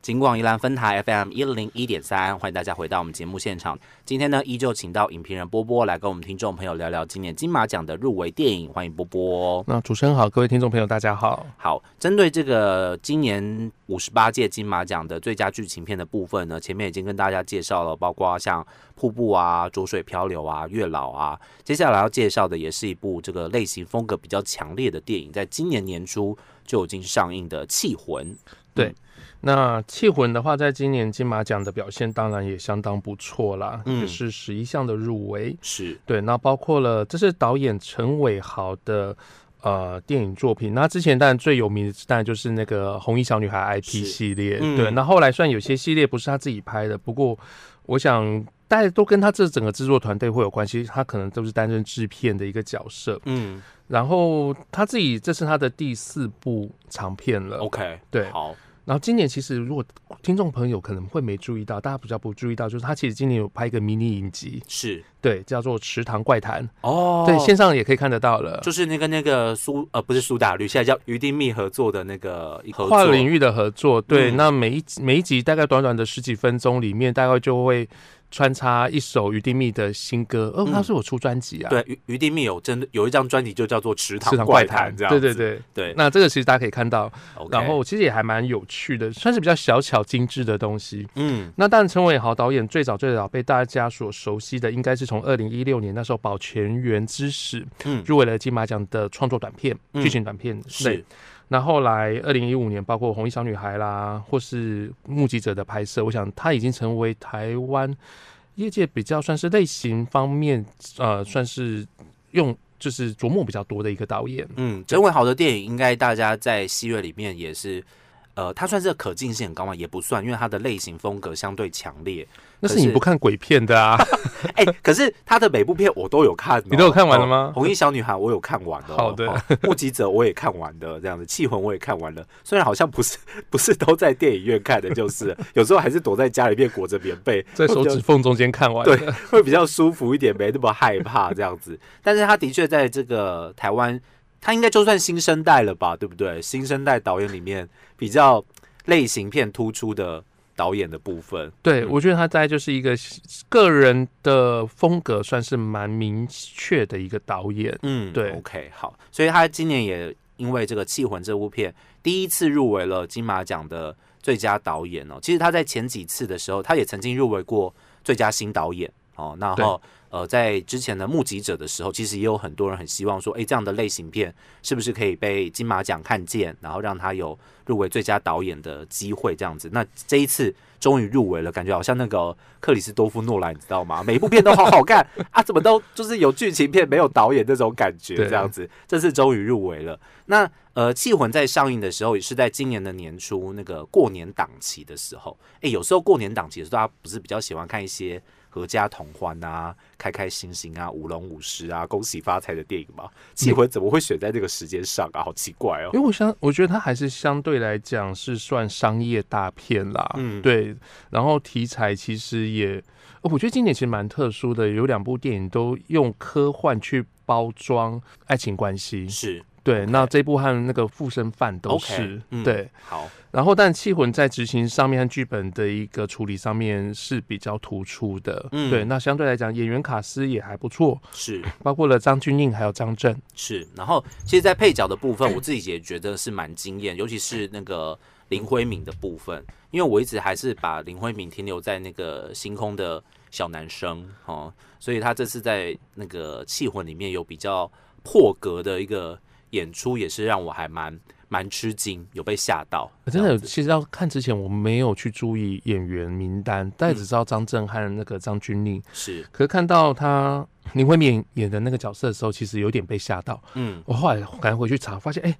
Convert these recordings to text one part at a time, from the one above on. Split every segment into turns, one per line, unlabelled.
金广宜兰分台 FM 一零一点三，欢迎大家回到我们节目现场。今天呢，依旧请到影评人波波来跟我们听众朋友聊聊今年金马奖的入围电影，欢迎波波。
那主持人好，各位听众朋友大家好。
好，针对这个今年五十八届金马奖的最佳剧情片的部分呢，前面已经跟大家介绍了，包括像《瀑布》啊、《浊水漂流》啊、《月老》啊，接下来要介绍的也是一部这个类型风格比较强烈的电影，在今年年初就已经上映的《气魂》。
对，那《气魂》的话，在今年金马奖的表现当然也相当不错啦，
嗯
也是十一项的入围。
是，
对，那包括了这是导演陈伟豪的呃电影作品。那之前当然最有名的当然就是那个《红衣小女孩》
是
IP 系列，
嗯
对。那后来虽然有些系列不是他自己拍的，不过我想大家都跟他这整个制作团队会有关系，他可能都是担任制片的一个角色。
嗯
然后他自己这是他的第四部长片了。
嗯，OK，
对
好，
然后今年其实如果听众朋友可能会没注意到，大家比较不注意到，就是他其实今年有拍一个迷你影集，
是，
对，叫做《池塘怪谈》，
哦，
对，线上也可以看得到了，
就是那个那个苏呃不是苏打绿，现在叫于丁密合作的那个合
跨
作
领域的合作。对，
嗯
那每一集每一集大概短短的十几分钟里面，大概就会穿插一首于丁密的新歌，哦，
嗯
他是我出专辑啊，
对，于于丁密有真的有一张专辑就叫做《池
池
塘
塘
怪
怪
谈
谈》，
这样
对
子，
对对。
对，
那这个其实大家可以看到，
OK
然后其实也还蛮有趣的，算是比较小巧精致的东西。
嗯
那当然，陈伟豪导演最早最早被大家所熟悉的，应该是从二零一六年那时候《保全员之使》
嗯
入围了金马奖的创作短片、
嗯
剧情短片
是
类。那后来二零一五年，包括《红衣小女孩》啦，或是《目击者》的拍摄，我想他已经成为台湾业界比较算是类型方面，呃，算是用就是琢磨比较多的一个导演。
嗯，陈伟豪的电影应该大家在戏院里面也是。呃，它算是可进性很高嘛，也不算，因为它的类型风格相对强烈。
那
可
是你
是
不看鬼片 的啊？
哎、可是它的每部片我都有看哦、
你都有看完了
哦
吗
红衣小女孩》我有看完的、哦，
好的
哦目击者》我也看完的，这样子，《气魂》我也看完了。虽然好像不是 不是都在电影院看的，就是 了有时候还是躲在家里面裹着棉被，
在手指缝中间看完的。
对，会比较舒服一点，没那么害怕这样子。但是他的确在这个台湾，他应该就算新生代了吧，对不对？新生代导演里面比较类型片突出的导演的部分，
对，
嗯
我觉得他大概就是一个个人的风格算是蛮明确的一个导演。
嗯，
对
，OK，好，所以他今年也因为这个《气魂》这部片，第一次入围了金马奖的最佳导演哦。其实他在前几次的时候，他也曾经入围过最佳新导演哦。然后呃，在之前的《目击者》的时候，其实也有很多人很希望说，诶，这样的类型片是不是可以被金马奖看见，然后让他有入围最佳导演的机会这样子。那这一次。终于入围了，感觉好像那个克里斯多夫诺兰，你知道吗？每一部片都好好看 啊，怎么都就是有剧情片没有导演那种感觉，
对
这样子。这次终于入围了。那呃，《气魂》在上映的时候也是在今年的年初那个过年档期的时候。诶，有时候过年档期的时候，大家不是比较喜欢看一些合家同欢啊、开开心心啊、舞龙舞狮啊、恭喜发财的电影吗？《气魂》怎么会选在这个时间上啊？好奇怪哦。
嗯因为我相，我觉得他还是相对来讲是算商业大片啦，
嗯
对。然后题材其实也，呃我觉得今年其实蛮特殊的，有两部电影都用科幻去包装爱情关系。
是
对，那这部和那个《附身犯》都是
OK，嗯
对。
好，
然后，但《气魂》在执行上面和剧本的一个处理上面是比较突出的，
嗯
对。那相对来讲，演员卡斯也还不错，
是
包括了张钧甯还有张震。
是，然后其实，在配角的部分，我自己也觉得是蛮惊艳，尤其是那个林辉敏的部分，因为我一直还是把林辉敏停留在那个星空的小男生哦，所以他这次在那个《气魂》里面有比较破格的一个演出，也是让我还蛮蛮吃惊，有被吓到，
我呃真
这
的有，
样子
其实要看之前我没有去注意演员名单，但只知道张震和那个张钧甯。
是，
可是看到他林慧敏演的那个角色的时候，其实有点被吓到。
嗯，
我后来赶回去查，发现哎、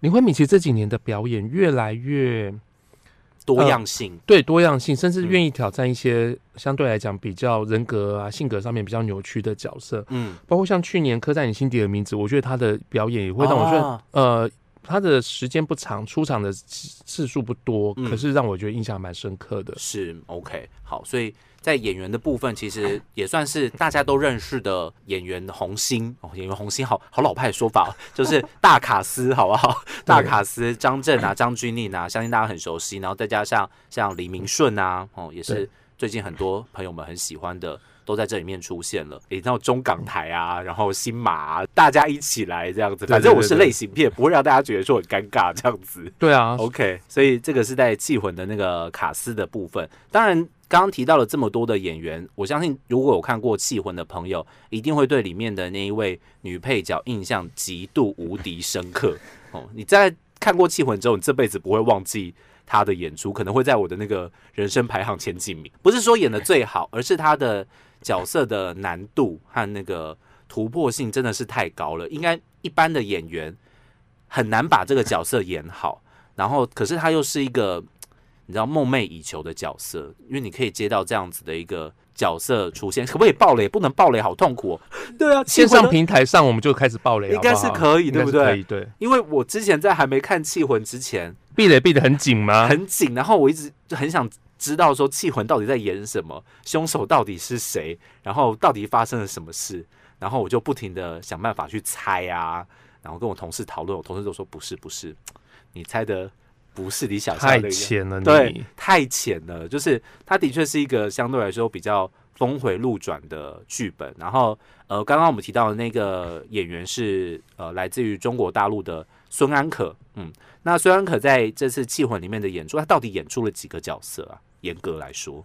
林慧敏其实这几年的表演越来越
多样性，
对多样性，甚
嗯
至愿意挑战一些相对来讲比较人格啊、性格上面比较扭曲的角色，
嗯，
包括像去年《刻在你心底的名字》，我觉得他的表演也会让我觉得、
啊
呃他的时间不长，出场的次次数不多，
嗯
可是让我觉得印象蛮深刻的。
是 OK，好，所以在演员的部分，其实也算是大家都认识的演员红星哦，演员红星好好老派的说法哦，就是大卡司，好不好？大卡司张震啊、张钧甯啊，相信大家很熟悉，然后再加上像李明顺啊，哦，也是
对
最近很多朋友们很喜欢的。都在这里面出现了，诶，到中港台啊，然后新马啊、大家一起来这样子。
对
反正我
对
是
对
类型片，不会让大家觉得说很尴尬这样子。
对啊，
OK，所以这个是在气魂的那个卡斯的部分。当然，刚刚提到了这么多的演员，我相信如果有看过气魂的朋友，一定会对里面的那一位女配角印象极度无敌深刻哦。你在看过气魂之后，你这辈子不会忘记她的演出，可能会在我的那个人生排行前几名。不是说演的最好，而是她的角色的难度和那个突破性真的是太高了，应该一般的演员很难把这个角色演好。然后可是他又是一个你知道梦寐以求的角色，因为你可以接到这样子的一个角色出现，可不可以爆雷？不能爆雷，好痛苦、哦。对啊，气
线
魂
上
的
平台上我们就开始爆雷，
应该是
好不好
可以
应该
对不
是
对
可以，对，
因为我之前在还没看《气魂》之前
避雷避得很紧吗？
很紧，然后我一直就很想知道说《气魂》到底在演什么，凶手到底是谁，然后到底发生了什么事，然后我就不停的想办法去猜啊，然后跟我同事讨论，我同事都说不是不是，你猜的不是你想象的
太
啊一样
浅了你，
对，太浅了。就是它的确是一个相对来说比较峰回路转的剧本。然后，呃，刚刚我们提到的那个演员是呃来自于中国大陆的孙安可，嗯，那孙安可在这次《气魂》里面的演出，他到底演出了几个角色啊？严格来说，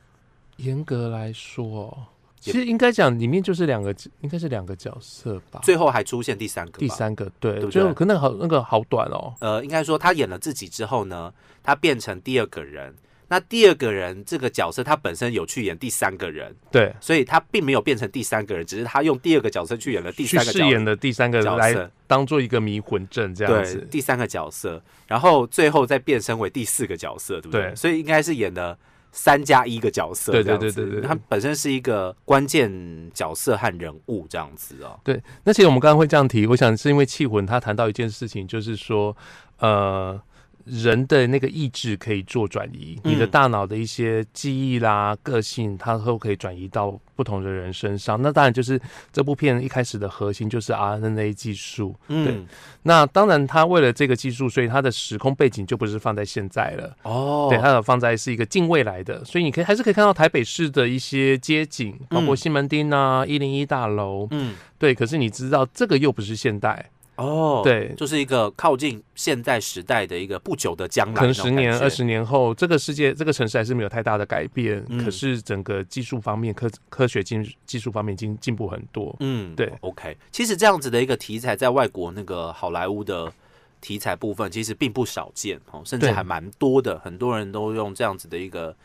严格来说，
也
其实应该讲里面就是两个，应该是两个角色吧。
最后还出现第三个吧，
第三个，对，
对不
最后
对
可那个好那个好短哦。
呃，应该说他演了自己之后呢，他变成第二个人。那第二个人这个角色，他本身有去演第三个人，
对，
所以他并没有变成第三个人，只是他用第二个角色去演了第
去
三个
饰
角色
演。的第三个
角
来
色，
当做一个迷魂阵这样
对，
子。
第三个角色，然后最后再变身为第四个角色，对不对？
对
所以应该是演的三加一个角色，
对
这样子
对对对对
他本身是一个关键角色和人物这样子哦。
对，那其实我们刚刚会这样提，我想是因为气魂他谈到一件事情，就是说，呃，人的那个意志可以做转移，
嗯
你的大脑的一些记忆啦、个性，它都可以转移到不同的人身上。那当然就是这部片一开始的核心就是 RNA 技术。
嗯，
那当然，他为了这个技术，所以他的时空背景就不是放在现在了。
哦，
对，它有放在是一个近未来的，所以你可以还是可以看到台北市的一些街景，包括
嗯
西门町啊、一零一大楼，
嗯，
对。可是你知道这个又不是现代，
哦，，
对，
就是一个靠近现代时代的一个不久的将来，
可能十年、二
那种
十年后，这个世界、这个城市还是没有太大的改变，
嗯
可是整个技术方面、科科学技技术方面已经进步很多。
感觉，嗯，
对
，OK。其实这样子的一个题材，在外国那个好莱坞的。题材部分其实并不少见哦，甚至
对
还蛮多的，很多人都用这样子的一个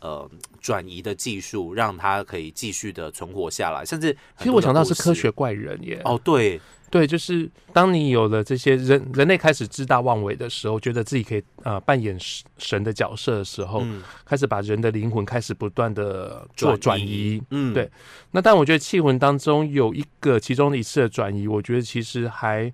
呃转移的技术，让它可以继续的存活下来，甚至
其实我想到
很多
是
的
科
故事
学怪人耶，
哦，对，
对，就是当你有了这些人人类开始自大妄为的时候，觉得自己可以呃扮演神神的角色的时候，
嗯
开始把人的灵魂开始不断的做转移。
嗯，
对那但我觉得《气魂》当中有一个其中的一次的转移，我觉得其实还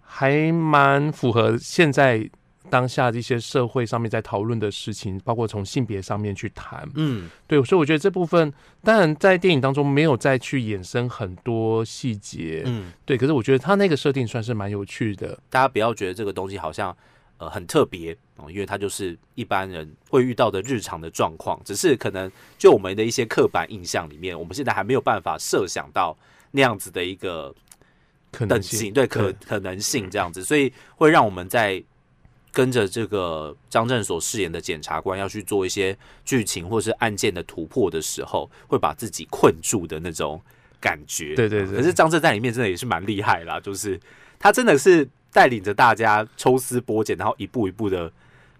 还蛮符合现在当下的一些社会上面在讨论的事情，包括从性别上面去谈。
嗯
对，所以我觉得这部分当然在电影当中没有再去衍生很多细节，
嗯，
对。可是我觉得他那个设定算是蛮有趣的，
大家不要觉得这个东西好像呃很特别哦、因为它就是一般人会遇到的日常的状况，只是可能就我们的一些刻板印象里面，我们现在还没有办法设想到那样子的一个
可能
等
性嗯
级，对可可能性这样子，所以会让我们在跟着这个张震所饰演的检察官要去做一些剧情或是案件的突破的时候，会把自己困住的那种感觉。啊
对对对
可是张震在里面真的也是蛮厉害啦，就是他真的是带领着大家抽丝剥茧，然后一步一步的，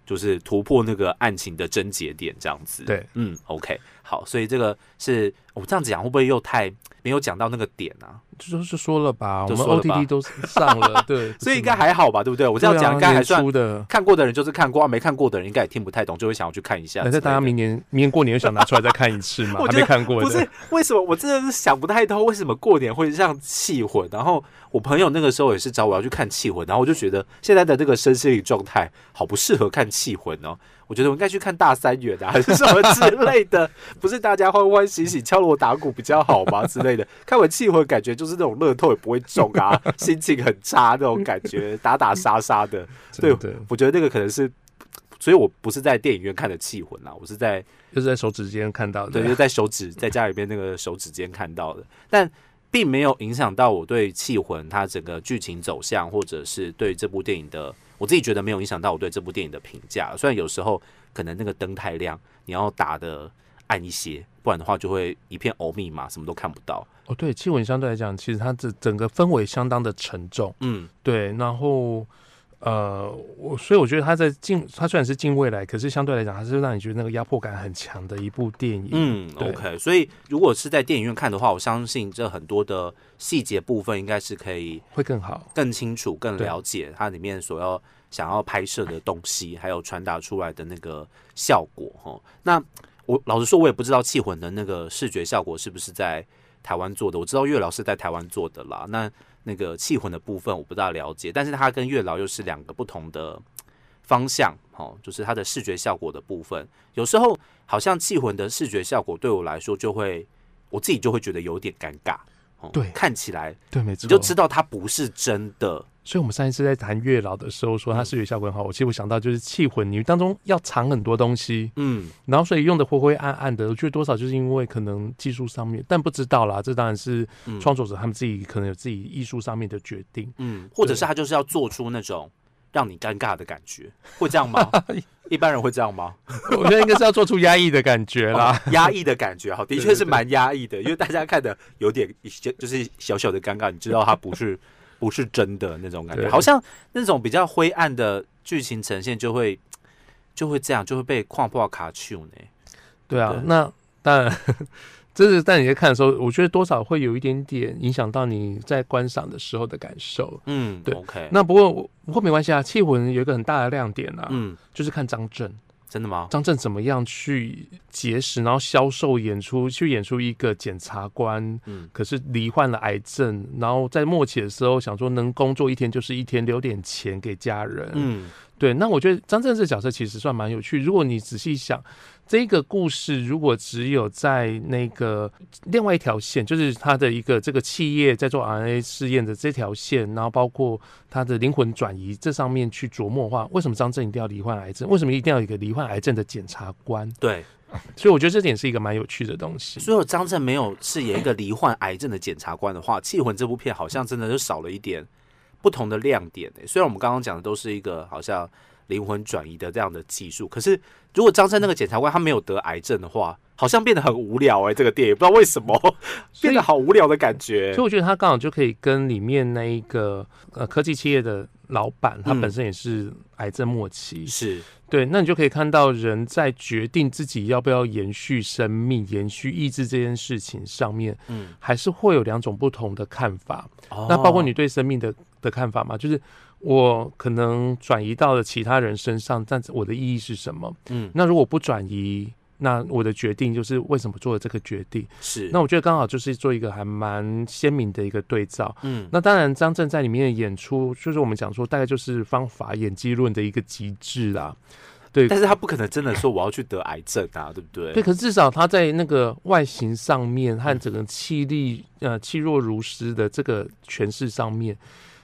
就是突破那个案情的症结点这样子。
对，
哦嗯，OK，好，所以这个是我、这样子讲会不会又太没有讲到那个点啊？
就是说了吧，我
就
们
说了吧
OTT 都上 了，对，
所以应该
不是吗
还好吧，对不对？我这样
对啊
讲应该还
年
算
初的。
看过的人就是看过，啊没看过的人应该也听不太懂，就会想要去看一下之
那
类的。
在大家明年明年过年又想拿出来再看一次嘛？
我
还
觉得
没看过的，
不是为什么？我真的是想不太透，为什么过年会让气魂？然后我朋友那个时候也是找我要去看气魂，然后我就觉得现在的这个身心灵状态好不适合看气魂哦。我觉得我应该去看大三元啊，还是什么之类的， 不是大家欢欢喜喜敲锣打鼓比较好吗？之类的。看完气魂，感觉就是那种乐透也不会中啊，心情很差那种感觉，打打杀杀的。对
真的，
我觉得那个可能是，所以我不是在电影院看的气魂啦，我是在
就是在手指间看到
对，
的
就。在手指在家里边那个手指间看到的，但并没有影响到我对《气魂》它整个剧情走向，或者是对这部电影的，我自己觉得没有影响到我对这部电影的评价。虽然有时候可能那个灯太亮，你要打的暗一些，不然的话就会一片欧密码，什么都看不到。
哦，对，气温相对来讲，其实它这整个氛围相当的沉重。
嗯，
对，然后呃，我所以我觉得它在近，它虽然是近未来，可是相对来讲，它是让你觉得那个压迫感很强的一部电影。
嗯
对
，OK，所以如果是在电影院看的话，我相信这很多的细节部分应该是可以
会更好。
更清楚、更
对
了解它里面所要想要拍摄的东西，还有传达出来的那个效果哈。吼那我老实说，我也不知道《气魂》的那个视觉效果是不是在台湾做的。我知道月老是在台湾做的啦，那那个《气魂》的部分我不大了解，但是它跟月老又是两个不同的方向，哦，就是它的视觉效果的部分。有时候好像《气魂》的视觉效果对我来说就会，我自己就会觉得有点尴尬。哦
对
看起来
对，没错。
你就知道它不是真的。
所以我们上一次在谈月老的时候
嗯
说它视觉效果很好，我其实我想到就是气混凝当中要藏很多东西，
嗯，
然后所以用的灰灰暗暗的，我觉得多少就是因为可能技术上面，但不知道啦，这当然是
嗯
创作者他们自己可能有自己艺术上面的决定。
嗯，或者是他就是要做出那种让你尴尬的感觉，会这样 吗？一般人会这样吗？
我觉得应该是要做出压抑的感觉啦。
哦压抑的感觉，哈，的确是
对对对
蛮压抑的，因为大家看的有点就就是小小的尴尬，你知道它不是 不是真的那种感觉，
对
好像那种比较灰暗的剧情呈现就会就会这样，就会被框破卡丘呢。
对啊
对，
那当然，这是在你在看的时候，我觉得多少会有一点点影响到你在观赏的时候的感受。
嗯，
对
，OK，
那不过我不过没关系啊，气魂有一个很大的亮点啊，
嗯，
就是看张震，
真的吗？
张震怎么样去结识，然后销售演出，去演出一个检察官，
嗯
可是罹患了癌症，然后在末期的时候想说能工作一天就是一天，留点钱给家人，
嗯
对，那我觉得张震这角色其实算蛮有趣。如果你仔细想，这个故事如果只有在那个另外一条线，就是他的一个这个企业在做 RNA 试验的这条线，然后包括他的灵魂转移这上面去琢磨的话，为什么张震一定要罹患癌症？为什么一定要有一个罹患癌症的检察官？
对，
所以我觉得这点是一个蛮有趣的东西。
所以张震没有饰演一个罹患癌症的检察官的话，《气魂》这部片好像真的就少了一点不同的亮点、欸、虽然我们刚刚讲的都是一个好像灵魂转移的这样的技术，可是如果张震那个检察官他没有得癌症的话，好像变得很无聊哎、这个电影不知道为什么 变得好无聊的感觉
所以。我觉得他刚好就可以跟里面那一个呃科技企业的老板，他
嗯
本身也是癌症末期，
是，
对，那你就可以看到人在决定自己要不要延续生命、延续意志这件事情上面，
嗯，
还是会有两种不同的看法。
哦
那包括你，对生命的的看法嘛，就是我可能转移到了其他人身上，但是我的意义是什么？
嗯，
那如果不转移，那我的决定就是为什么做了这个决定？
是，
那我觉得刚好就是做一个还蛮鲜明的一个对照。
嗯，
那当然，张震在里面的演出，就是我们讲说，大概就是方法演技论的一个极致啦。对，
但是他不可能真的说我要去得癌症啊，对不对？
对，可是至少他在那个外形上面和整个气力，呃，气若如丝的这个诠释上面，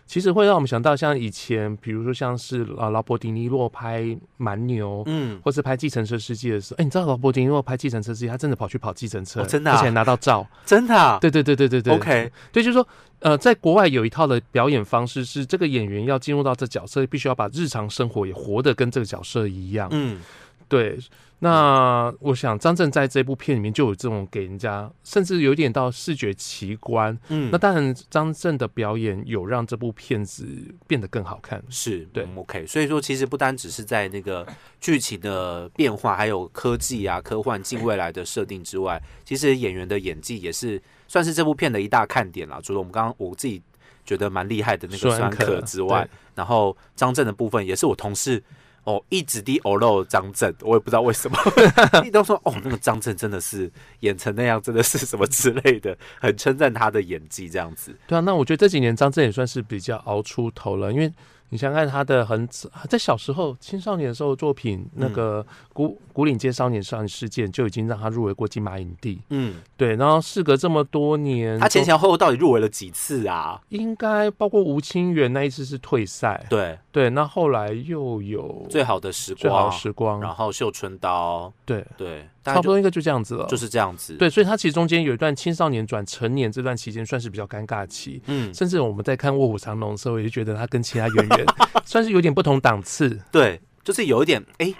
其实会让我们想到像以前，比如说像是啊，劳勃迪尼洛拍《蛮牛》
嗯，
或是拍《计程车司机》的时候，哎、你知道劳勃迪尼洛拍《计程车司机》，他真的跑去跑计程车，
哦真的啊
而且还拿到照。
真的、啊、
对对对对对对。
，OK，
对，就是说，呃，在国外有一套的表演方式是，这个演员要进入到这角色，必须要把日常生活也活得跟这个角色一样。
嗯，
对，那我想张震在这部片里面就有这种给人家，甚至有点到视觉奇观。
嗯
那当然，张震的表演有让这部片子变得更好看。
是
对
嗯，OK。所以说，其实不单只是在那个剧情的变化，还有科技啊、科幻近未来的设定之外，其实演员的演技也是算是这部片的一大看点啦。除了我们刚刚我自己觉得蛮厉害的那个酸
可
可之外，，然后张震的部分也是我同事哦一直低偶漏张震，我也不知道为什么， 一直都说哦那个张震真的是演成那样，真的是什么之类的，很称赞他的演技这样子。
对对啊，那我觉得这几年张震也算是比较熬出头了，因为你想想看他的很在小时候青少年的时候的作品，
嗯
那个古古岭街少年少女事件就已经让他入围过金马影帝，
嗯，
对，然后事隔这么多年，
他前前后后到底入围了几次啊？
应该包括吴清源那一次是退赛，
对，
对，那后来又有
最好的时
最好
光，
的时光，
然后绣春刀，
对，
对，大
差
概
不
就
多应该就这样子了，
就是这样子。，
对，所以他其实中间有一段青少年转成年这段期间，算是比较尴尬期。
嗯，
甚至我们在看《卧虎藏龙》的时候，也就觉得他跟其他演 员算是有点不同档次。
对，就是有一点哎。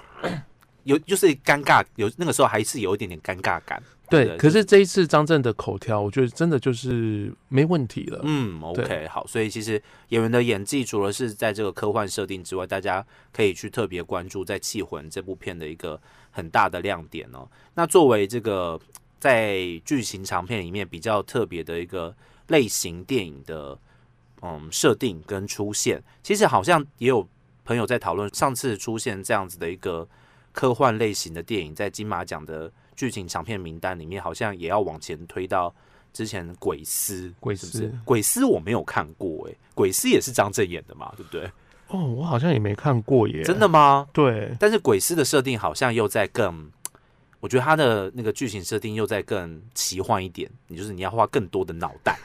有就是尴尬，有那个时候还是有一点点尴尬感。
对，
对
可是这一次张震的口条，我觉得真的就是没问题了。
嗯
呃对
，OK，好，所以其实演员的演技除了是在这个科幻设定之外，大家可以去特别关注在《气魂》这部片的一个很大的亮点哦。那作为这个在剧情长片里面比较特别的一个类型电影的嗯设定跟出现，其实好像也有朋友在讨论，上次出现这样子的一个科幻类型的电影，在金马奖的剧情长片名单里面，好像也要往前推到。之前鬼丝，
鬼
是不是
丝
鬼丝我没有看过哎、鬼丝也是张震演的嘛，对不对
哦，我好像也没看过耶。
真的？吗？
对，
但是鬼丝的设定好像又在更，我觉得他的那个剧情设定又在更奇幻一点，你就是你要花更多的脑 袋，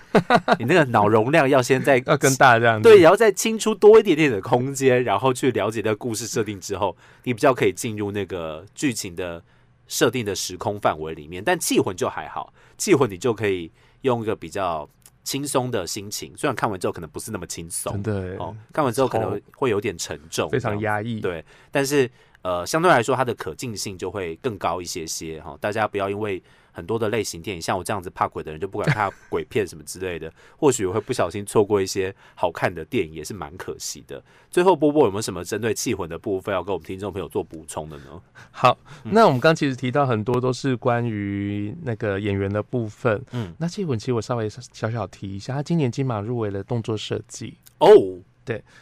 你那个脑容量要先在
要跟大家这样子
对，也要再清出多一点点的空间，然后去了解那个故事设定之后，你比较可以进入那个剧情的设定的时空范围里面。但气魂就还好，气魂你就可以用一个比较轻松的心情，虽然看完之后可能不是那么轻
真
松
的耶、
哦，看完之后可
超
能会有点沉重，
非常
这样
压抑。
对，但是呃，相对来说，它的可进性就会更高一些些哈、大家不要因为很多的类型电影，像我这样子怕鬼的人，就不管看鬼片什么之类的，或许会不小心错过一些好看的电影，也是蛮可惜的。最后，波波有没有什么针对气魂的部分要跟我们听众朋友做补充的呢？
好，
嗯
那我们刚其实提到很多都是关于那个演员的部分。
嗯，
那这一文其实我稍微小小提一下，他今年金马入围了动作设计。
哦，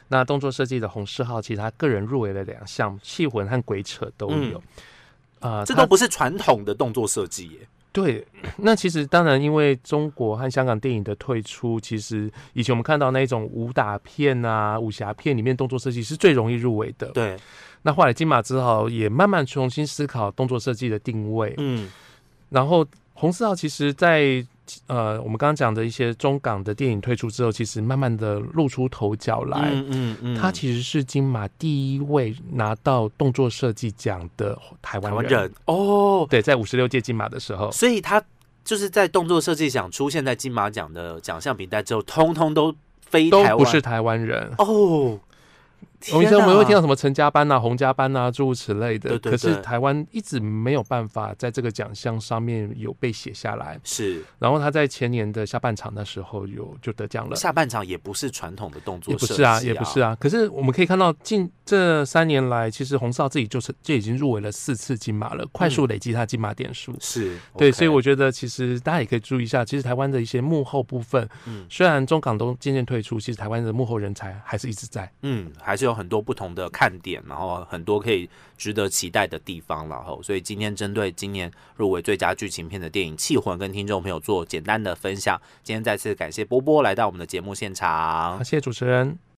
那动作设计的洪世浩，其实他个人入围了两项，《气魂》和《鬼扯》都有。啊、
嗯这
他
都不是传统的动作设计耶。
对。那其实当然，因为中国和香港电影的退出，其实以前我们看到那种武打片啊、武侠片里面动作设计是最容易入围的。
对，
那后来金马只好也慢慢重新思考动作设计的定位。
嗯
然后洪世浩其实在，呃我们刚刚讲的一些中港的电影退出之后，其实慢慢的露出头角来。
嗯嗯嗯，
他其实是金马第一位拿到动作设计奖的
台
台湾
湾
人。
人哦，
对，在五十六届金马的时候，
所以他就是在动作设计奖出现在金马奖的奖项名单之后，通通都非
都
台湾
不是台湾人。
哦。
我们以前我们会听
天
到
哪
什么陈家班啊、洪家班啊诸如此类的，
对对
可是
对
台湾一直没有办法在这个奖项上面有被写下来。
是
然后他在前年的下半场的时候有就得奖了。
下半场也不是传统的动作
也不
设
是
计、
啊，也不是啊。可是我们可以看到，近这三年来，其实洪少自己就是就已经入围了四次金马了，快
嗯
速累积他金马点数。
是
对
OK
所以我觉得其实大家也可以注意一下，其实台湾的一些幕后部分，
嗯
虽然中港都渐渐退出，其实台湾的幕后人才还是一直在。
嗯，还是有很多不同的看点，然后很多可以值得期待的地方，然后所以今天针对今年入围最佳剧情片的电影《气魂》，跟听众朋友做简单的分享。今天再次感谢波波来到我们的节目现场
好，，谢谢主持人。